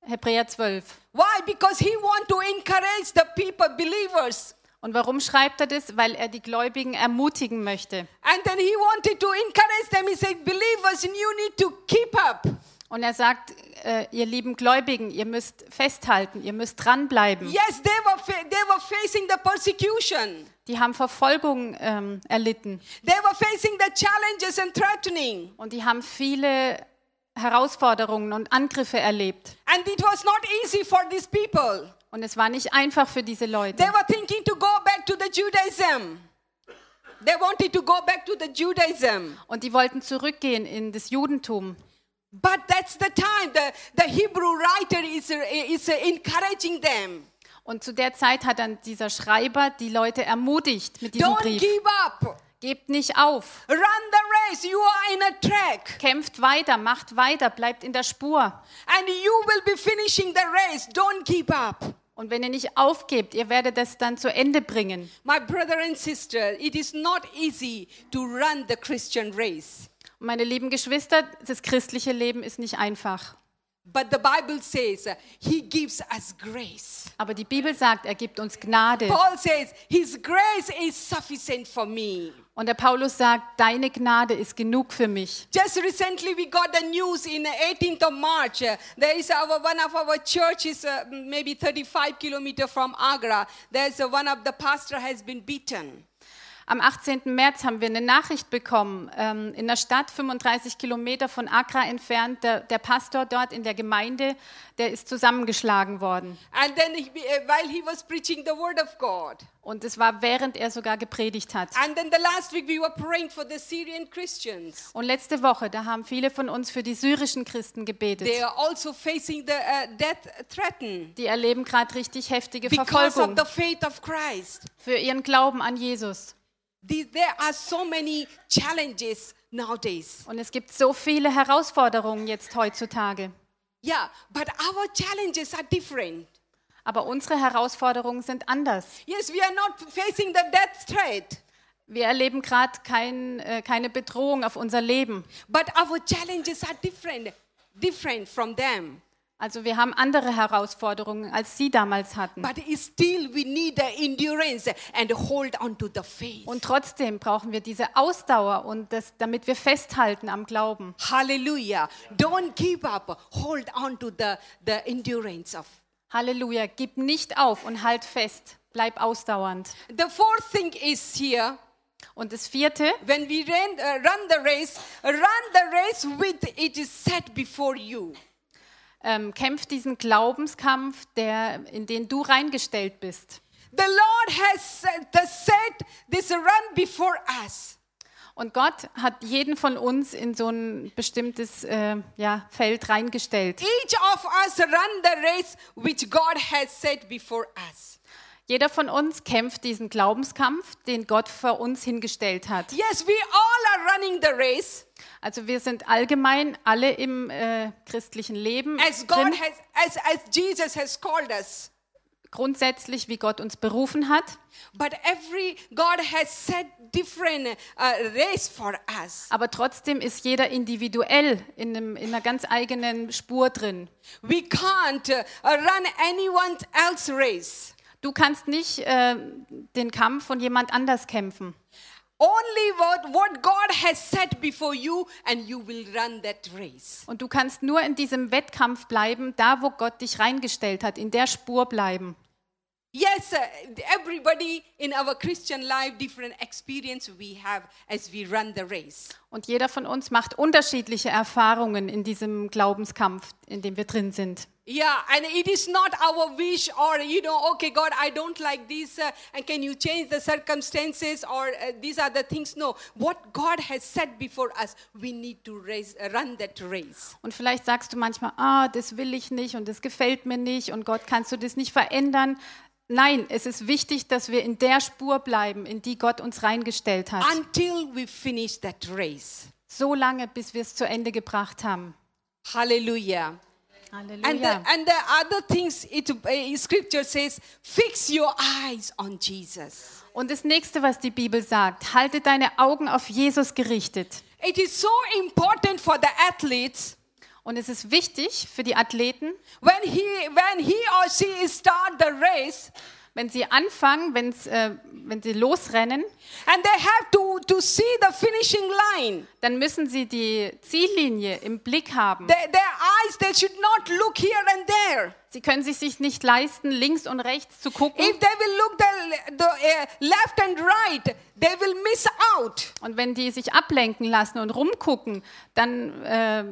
Hebräer 12.
Why? Because he want to encourage the people, believers.
Und warum schreibt er das? Weil er die Gläubigen ermutigen möchte.
And then he wanted to encourage them. He said, believers, you need to keep up.
Und er sagt, äh, ihr lieben Gläubigen, ihr müsst festhalten, ihr müsst dranbleiben.
Yes, they were, fa- they were facing the persecution.
Die haben Verfolgung ähm, erlitten.
They were facing the challenges and threatening.
Und die haben viele Herausforderungen und Angriffe erlebt.
And it was not easy for these people.
Und es war nicht einfach für diese
They
Leute.
were thinking to go back to the Judaism. They wanted to go back to the Judaism.
Und die wollten zurückgehen in das Judentum.
But that's the time the, the Hebrew writer is, is encouraging them.
Und zu der Zeit hat dann dieser Schreiber die Leute ermutigt mit diesem
Don't
Brief.
give up.
Gebt nicht auf.
Run the race. You are in a track
Kämpft weiter, macht weiter, bleibt in der Spur.
and you will be finishing the race. Don't give up.
Und wenn ihr nicht aufgebt, ihr werdet es dann zu Ende bringen.
My brother and sister, it is not easy to run the Christian race.
Und meine lieben Geschwister, das christliche Leben ist nicht einfach.
But the Bible says uh, he gives us grace.
Aber die Bibel sagt, er gibt uns Gnade.
Paul says his grace is sufficient for me.
Und der Paulus sagt, deine Gnade ist genug für mich.
Just recently we got the news in the 18th of March. uh, There is our, one of our churches, uh, maybe 35 kilometers from Agra. There's uh, one of the pastor has been beaten.
am 18. März haben wir eine Nachricht bekommen, ähm, in der Stadt, 35 Kilometer von Accra entfernt, der, der Pastor dort in der Gemeinde, der ist zusammengeschlagen worden.
And then, he, eh, while he was preaching the word of God,
Und es war, während er sogar gepredigt hat.
and then the last week we were praying for the Syrian Christians.
Und letzte Woche, da haben viele von uns für die syrischen Christen gebetet.
They are also facing the uh, death threatened
Die erleben gerade richtig heftige
because of
Verfolgung
the faith of Christ.
für ihren Glauben an Jesus.
These, there are so many challenges nowadays.
Und es gibt so viele Herausforderungen jetzt heutzutage.
Yeah, but our challenges are different.
Aber unsere Herausforderungen sind anders.
Yes, we are not facing the death threat,
Wir erleben gerade kein, äh, keine Bedrohung auf unser Leben.
but our challenges are different, different from them.
Also wir haben andere Herausforderungen, als Sie damals hatten.
But still, we need the endurance and hold on to the faith.
Und trotzdem brauchen wir diese Ausdauer, und das, damit wir festhalten am Glauben.
Hallelujah. Don't give up. Hold on to the, the endurance of.
Halleluja, gib nicht auf und halt fest. Bleib ausdauernd.
The fourth thing is here
Und das vierte,
when we ran, uh, run the race, run the race with it is set before you.
ähm, kämpf diesen Glaubenskampf, der, in den du reingestellt bist.
The Lord has set, the set this run before us.
Und Gott hat jeden von uns in so ein bestimmtes äh, ja, Feld reingestellt.
Each of us run the race which God has set before us.
Jeder von uns kämpft diesen Glaubenskampf, den Gott vor uns hingestellt hat.
Yes, we all are running the race
Also wir sind allgemein alle im äh, christlichen Leben
as God
drin,
has as, as Jesus has called us.
grundsätzlich, wie Gott uns berufen hat.
But every God has set different uh, race for us.
Aber trotzdem ist jeder individuell in, einem, in einer ganz eigenen Spur drin.
We can't uh, run anyone else's race.
Du kannst nicht äh, den Kampf von jemand anders kämpfen.
Only what, what God has set before you, and you will run that race.
Und du kannst nur in diesem Wettkampf bleiben, da wo Gott dich reingestellt hat, in der Spur bleiben.
Yes, uh, everybody in our Christian life, different experience we have as we run the race.
Und jeder von uns macht unterschiedliche Erfahrungen in diesem Glaubenskampf, in dem wir drin sind.
Yeah, and it is not our wish or, you know, okay, God, I don't like this, uh, and can you change the circumstances or uh, these are the things? No, what God has set before us, we need to race, uh, run that race.
Und vielleicht sagst du manchmal, ah, das will ich nicht und das gefällt mir nicht und Gott, kannst du das nicht verändern? Nein, es ist wichtig, dass wir in der Spur bleiben, in die Gott uns reingestellt hat.
Until we finish that race.
So lange, bis wir es zu Ende gebracht haben.
Hallelujah. And
Halleluja.
the, and the other things it uh, scripture says fix your eyes on Jesus.
Und das nächste, was die Bibel sagt, halte deine Augen auf Jesus gerichtet.
It is so important for the athletes
Und es ist wichtig für die Athleten,
when he when he or she start the race
wenn sie anfangen, wenn's, äh, wenn sie losrennen,
and they have to to see the finishing line.
dann müssen sie die Ziellinie im Blick haben.
Their, their eyes they should not look here and there.
Sie können sich sich nicht leisten, links und rechts zu gucken.
If they will look the, the uh, left and right, they will miss out.
Und wenn die sich ablenken lassen und rumgucken, dann äh,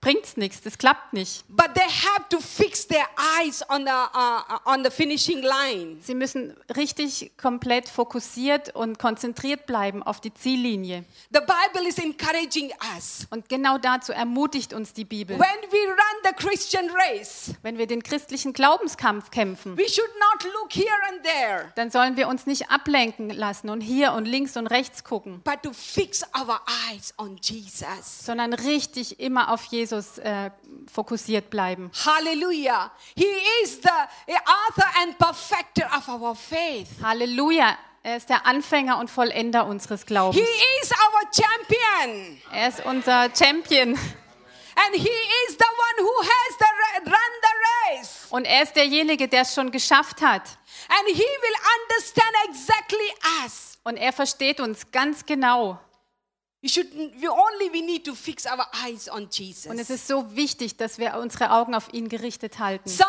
bringt's nichts. Das klappt nicht.
But they have to fix their eyes on the uh, on the finishing line.
Sie müssen richtig komplett fokussiert und konzentriert bleiben auf die Ziellinie.
The Bible is encouraging us.
Und genau dazu ermutigt uns die Bibel.
When we run the Christian race,
Wenn wir den christlichen Glaubenskampf kämpfen,
we should not look here and there,
dann sollen wir uns nicht ablenken lassen und hier und links und rechts gucken,
but to fix our eyes on Jesus.
sondern richtig immer auf Jesus äh, fokussiert bleiben.
Hallelujah. He is the author and perfecter of our faith.
Halleluja! Er ist der Anfänger und Vollender unseres
He
Glaubens.
is our champion.
Er ist unser Champion.
And he is the one who has the ra- run the race.
Und er ist derjenige, der es schon geschafft hat.
And he will understand exactly us.
Und er versteht uns ganz genau.
We should we only we need to fix our eyes on Jesus.
Und es ist so wichtig, dass wir unsere Augen auf ihn gerichtet halten.
Psalm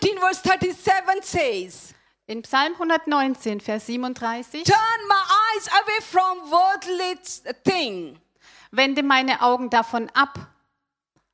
119, verse 37 says,
In Psalm 119, Vers 37,
Turn my eyes away from worldly thing.
wende meine Augen davon ab,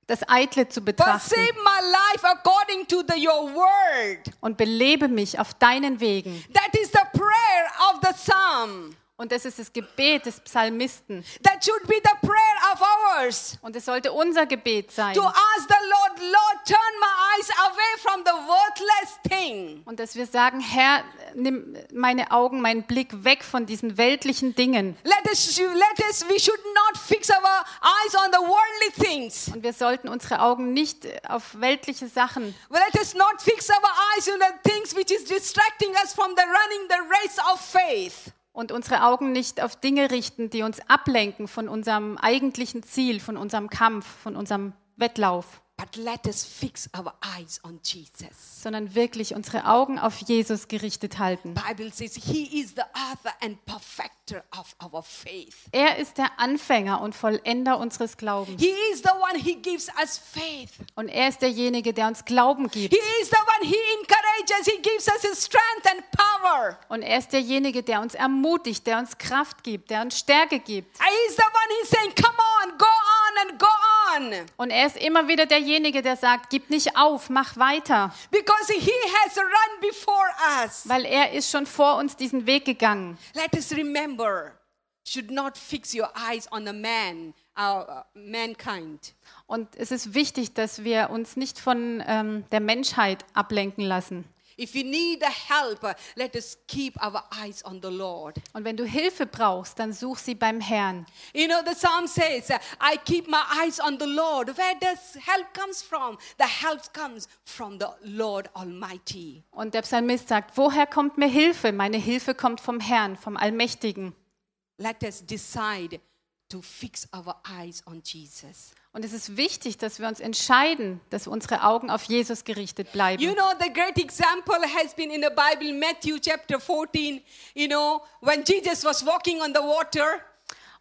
das Eitle zu betrachten
Perceive my life according to the, your word.
und belebe mich auf deinen Wegen.
That is the prayer of the psalm.
Und das ist das Gebet des Psalmisten.
That should be the prayer of ours.
Und es sollte unser Gebet sein.
To ask the Lord, Lord, turn my eyes away from the worthless thing.
Und dass wir sagen, Herr, nimm meine Augen, meinen Blick weg von diesen weltlichen Dingen.
Let us, let us, we should not fix our eyes on the worldly things.
Und wir sollten unsere Augen nicht äh, auf weltliche Sachen,
Let us not fix our eyes on the things which is distracting us from the running the race of faith.
und unsere Augen nicht auf Dinge richten, die uns ablenken von unserem eigentlichen Ziel, von unserem Kampf, von unserem Wettlauf,
But let us fix our eyes on Jesus.
sondern wirklich unsere Augen auf Jesus gerichtet halten.
Bible says he is the author and perfecter of our faith.
Er ist der Anfänger und Vollender unseres Glaubens.
He is the one he gives us faith.
Und er ist derjenige, der uns Glauben gibt.
He is the one he encourages. He gives us his strength and power.
Und er ist derjenige, der uns ermutigt, der uns Kraft gibt, der uns Stärke gibt.
He is the one he's saying, "Come on, go on and go on."
Und er ist immer wieder derjenige, der sagt, gib nicht auf, mach weiter,
Because he has run before us.
weil er ist schon vor uns diesen Weg gegangen.
Let us remember, should not fix your eyes on the man, our mankind.
Und es ist wichtig, dass wir uns nicht von ähm, der Menschheit ablenken lassen.
If you need a helper, let us keep our eyes on the Lord.
Und wenn du Hilfe brauchst, dann such sie beim Herrn.
You know, the psalm says, I keep my eyes on the Lord. Where does help comes from? The help comes from the Lord Almighty.
Und der Psalmist sagt, woher kommt mir Hilfe? Meine Hilfe kommt vom Herrn, vom Allmächtigen.
Let us decide to fix our eyes on Jesus.
Und es ist wichtig, dass wir uns entscheiden, dass unsere Augen auf Jesus gerichtet bleiben.
You know, the great example has been in the Bible, Matthew chapter 14. You know, when Jesus was walking on the water,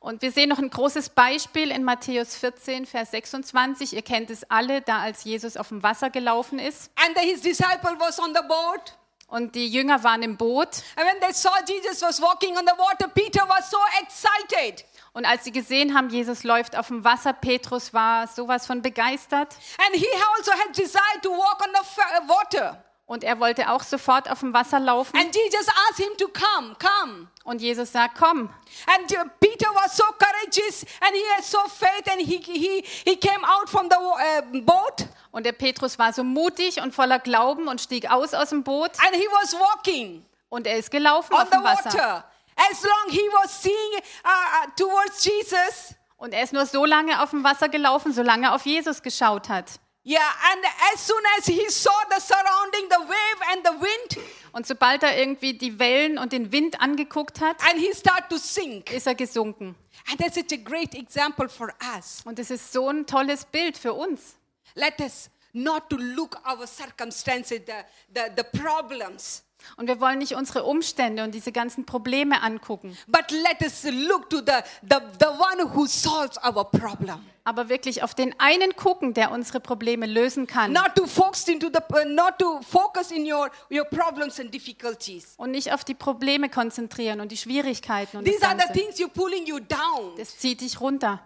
Und wir sehen noch ein großes Beispiel in Matthäus 14, Vers 26. Ihr kennt es alle, da als Jesus auf dem Wasser gelaufen ist
and his disciple was on the boat.
und die Jünger waren im Boot.
And when they saw Jesus was walking on the water, Peter was so excited.
Und als sie gesehen haben, Jesus läuft auf dem Wasser, Petrus war sowas von begeistert
And he also had desire to walk on the f- water.
und er wollte auch sofort auf dem Wasser laufen.
And Jesus asked him to come, come.
Und Jesus sagt, komm.
And uh, Peter was so courageous and he had so faith and he, he, he came out from the uh, boat
Und der Petrus war so mutig und voller Glauben und stieg aus aus dem Boot
and he was walking
und er ist gelaufen
on
auf
the
dem Wasser.
water. As long he was seeing uh, uh, towards Jesus,
Und er ist nur so lange auf dem Wasser gelaufen, solange er auf Jesus geschaut hat.
yeah, and as soon as he saw the surrounding, the wave and the wind,
Und sobald er irgendwie die Wellen und den Wind angeguckt hat,
and he started to sink.
ist er gesunken.
And that's such a great example for us.
Und es ist so ein tolles Bild für uns,
Let us not to look our circumstances, the, the, the problems,
Und wir wollen nicht unsere Umstände und diese ganzen Probleme angucken,
But let us look to the, the, the one who solves our problem.
aber wirklich auf den einen gucken, der unsere Probleme lösen kann.
Not to focus into the uh, not to focus in your, your problems and difficulties.
Und nicht auf die Probleme konzentrieren und die Schwierigkeiten und das,
These are the
Ganze.
things you pulling you down.
das zieht dich runter.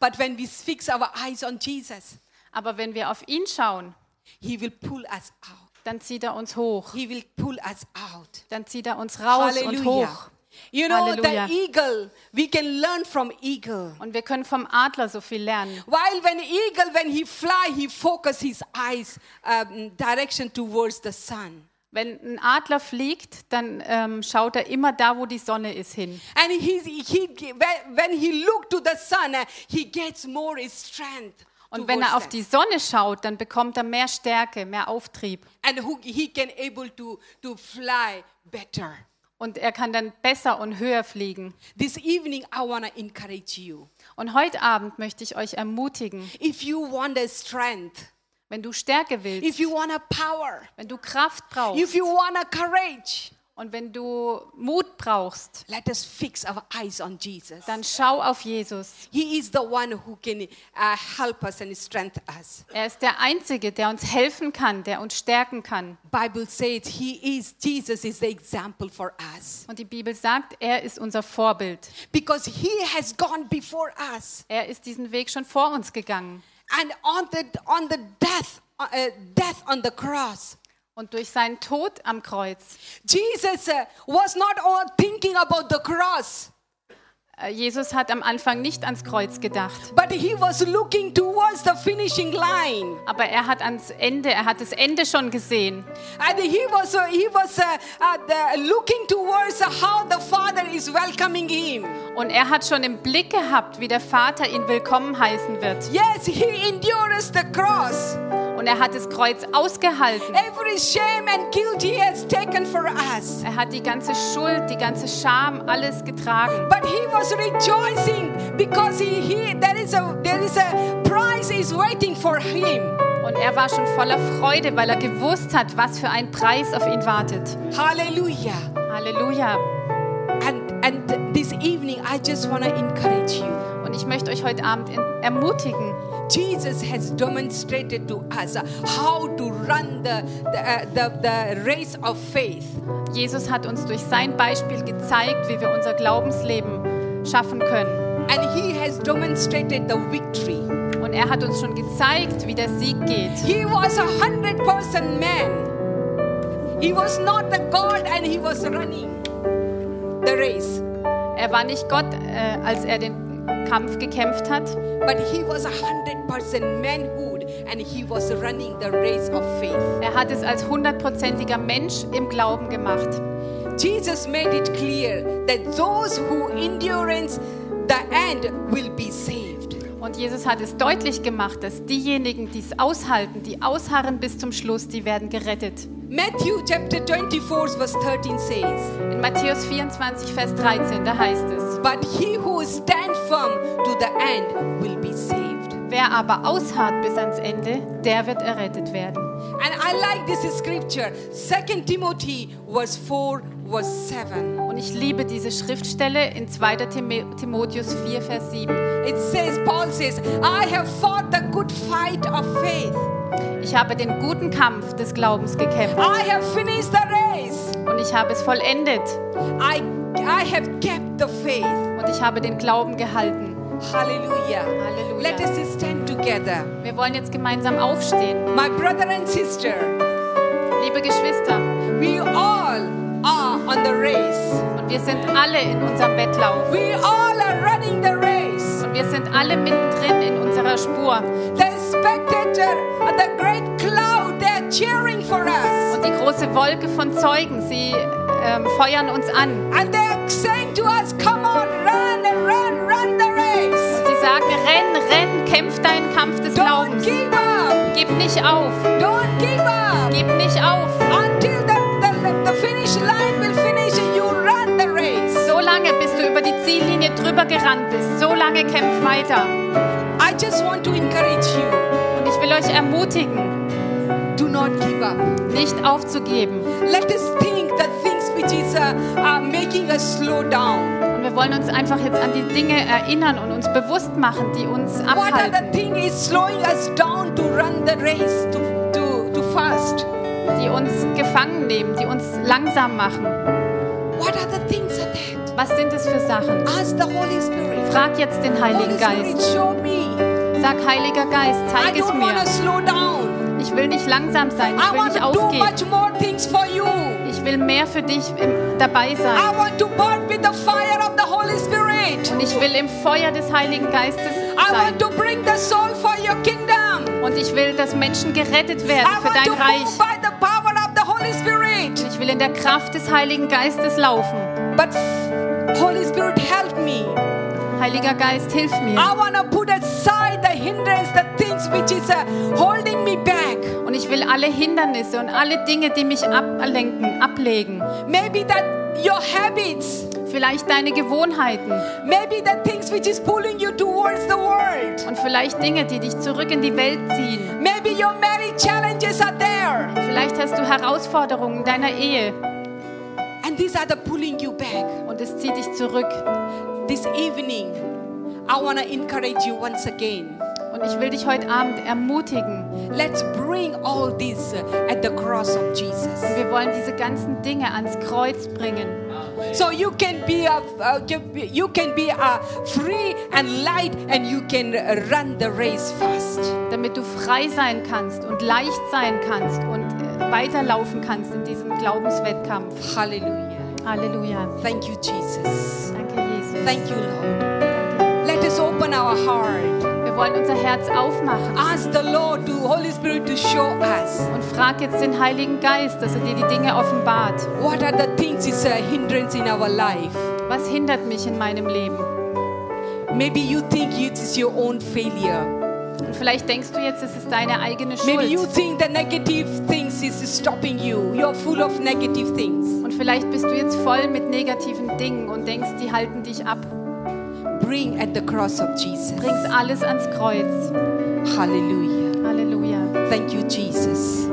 But when we fix our eyes on Jesus,
Aber wenn wir auf ihn schauen,
he will pull us out.
dann zieht er uns hoch.
He will pull us out.
Dann zieht er uns raus und hoch.
You know
Hallelujah.
the eagle, we can learn from eagle.
Und wir können vom Adler so viel lernen.
While when eagle when he fly, he focus his eyes um, direction towards the sun.
Wenn ein Adler fliegt, dann ähm, schaut er immer da, wo die Sonne ist, hin.
And he, he, when- when he looked to the sun, uh, he gets more strength.
Und wenn
towards
er auf
that.
die Sonne schaut, dann bekommt er mehr Stärke, mehr Auftrieb.
and who, he can able to, to fly better.
Und er kann dann besser und höher fliegen.
This evening, I want to encourage you.
Und heute Abend möchte ich euch ermutigen,
If you want a strength,
wenn du Stärke willst,
if you want a power,
wenn du Kraft brauchst
if you want a courage,
Und wenn du Mut brauchst,
Let us fix our eyes on Jesus.
dann schau auf Jesus.
He is the one who can uh, help us and strengthen us.
Er ist der Einzige, der uns helfen kann, der uns stärken kann.
Bible says he is Jesus is the example for us
Und die Bibel sagt, er ist unser Vorbild.
because he has gone before us
Er ist diesen Weg schon vor uns gegangen.
and on the on the death uh, death on the cross
Und durch seinen Tod am Kreuz.
Jesus uh, was not all thinking about the cross
Äh, Jesus hat am Anfang nicht ans Kreuz gedacht,
but he was looking towards the finishing line
aber er hat ans Ende, er hat das Ende schon gesehen.
and he was uh, he was uh, uh, the, looking towards how the father is welcoming him
Und er hat schon im Blick gehabt, wie der Vater ihn willkommen heißen wird.
yes he endures the cross
Und er hat das Kreuz ausgehalten.
every shame and guilt he has taken for us
Er hat die ganze Schuld, die ganze Scham, alles getragen.
But he was rejoicing because he, he there is a there is a prize is waiting for him.
Und er war schon voller Freude, weil er gewusst hat, was für ein Preis auf ihn wartet.
Hallelujah.
Halleluja.
And and this evening I just want to encourage you.
Und ich möchte euch heute Abend in- ermutigen.
Jesus has demonstrated to us how to run the the, uh, the, the race of faith.
Jesus hat uns durch sein Beispiel gezeigt, wie wir unser Glaubensleben schaffen können.
And he has demonstrated the victory.
Und er hat uns schon gezeigt, wie der Sieg geht.
He was a hundred percent man. He was not the God and he was running the race.
Er war nicht Gott, äh, als er den Kampf gekämpft hat,
But he was a hundred percent manhood and he was running the race of faith.
Er hat es als hundertprozentiger Mensch im Glauben gemacht.
Jesus made it clear that those who endurance the end will be saved.
Und Jesus hat es deutlich gemacht, dass diejenigen, die es aushalten, die ausharren bis zum Schluss, die werden gerettet.
Matthew chapter 24 verse 13 says,
In Matthäus 24, Vers 13, da heißt es,
But he who stands firm to the end will be saved.
wer aber ausharrt bis ans Ende, der wird errettet werden.
And I like this scripture, 2 Timothy verse 4 verse 7.
Und ich liebe diese Schriftstelle in 2. Tim Timotheus 4, Vers 7.
It says, Paul says, I have fought the good fight of faith.
Ich habe den guten Kampf des Glaubens gekämpft
I have finished the race.
und ich habe es vollendet
I, I have kept the faith.
und ich habe den Glauben gehalten.
Hallelujah.
Hallelujah.
Let us stand together.
Wir wollen jetzt gemeinsam aufstehen.
My brother and sister,
Liebe Geschwister,
we all are on the race.
Und wir sind alle in unserem Wettlauf.
We all are running the race.
Und wir sind alle mittendrin in unserer Spur.
The spectator, the great cloud, they're cheering for us.
Und die große Wolke von Zeugen, sie ähm, feuern uns an.
And they're saying to us, come on, run and run, run the race.
Sie sagen, renn, renn, kämpf deinen Kampf des
Don't
Glaubens.
give up.
Gib nicht auf,
Don't give up.
gib nicht auf.
Until the, the, the finish line will finish, you run the race.
So lange, bis du über die Ziellinie drüber gerannt bist. So lange kämpf weiter.
I just want to encourage you
Und ich will euch ermutigen,
do not give up.
nicht aufzugeben.
Let us think the things which is uh, are making us slow down.
Und wir wollen uns einfach jetzt an die Dinge erinnern und uns bewusst machen, die uns
What are
abhalten.
the thing is slowing us down to run the race, to, to, to fast?
die uns gefangen nehmen, die uns langsam machen.
What are the things are that?
Was sind es für Sachen?
Ask the Holy Spirit.
Frag jetzt den
Holy Spirit,
Heiligen Geist.
show me.
Sag, Heiliger Geist,
I
zeig es
don't want
mir.
to slow down.
Ich will nicht langsam sein, ich
I
will
want
nicht
to do
aufgeben.
much more things for you.
Ich will mehr für dich im, dabei sein.
I want to burn with the fire of the Holy Spirit.
Und ich will im Feuer des Heiligen Geistes
I
sein.
want to bring the soul for your kingdom.
Und ich will, dass Menschen gerettet werden
I
für
want to
dein
move
Reich.
by the power of the Holy Spirit.
Ich will in der Kraft des Heiligen Geistes laufen.
But Holy Spirit, help me.
Heiliger Geist, hilf mir.
I want to put aside the hindrance, the things which is uh, holding me back.
Und ich will alle Hindernisse und alle Dinge, die mich ablenken, ablegen.
Maybe that your habits,
Vielleicht deine Gewohnheiten.
maybe the things which is pulling you towards the world.
Und vielleicht Dinge, die dich zurück in die Welt ziehen.
Maybe your marriage challenges are there.
Vielleicht hast du Herausforderungen in deiner Ehe.
And And these are the pulling you back.
und es zieht dich zurück.
This evening, I want to encourage you once again.
Und ich will dich heute Abend ermutigen.
Let's bring all this uh, at the cross of Jesus.
Wir wollen diese ganzen Dinge ans Kreuz bringen.
So you can be a, uh, you can be a free and light and you can uh, run the race fast.
damit du frei sein kannst und leicht sein kannst und äh, weiterlaufen kannst in diesem Glaubenswettkampf.
Hallelujah.
Halleluja.
Thank you Jesus.
Danke, Jesus.
Thank you Lord. Let us open our heart.
Wir wollen unser Herz aufmachen
Ask the Lord to Holy Spirit to show us
und frag jetzt den Heiligen Geist, dass er dir die Dinge offenbart.
what are the things is a hindrance in our life.
Was hindert mich in meinem Leben?
Maybe you think it is your own failure.
Und vielleicht denkst du jetzt, es ist deine eigene
Maybe you
Schuld.
think the negative things is stopping you. You're full of negative things.
Und vielleicht bist du jetzt voll mit negativen Dingen und denkst, die halten dich ab.
bring at the cross of Jesus.
Bring's alles ans Kreuz.
Hallelujah.
Halleluja.
Thank you, Jesus.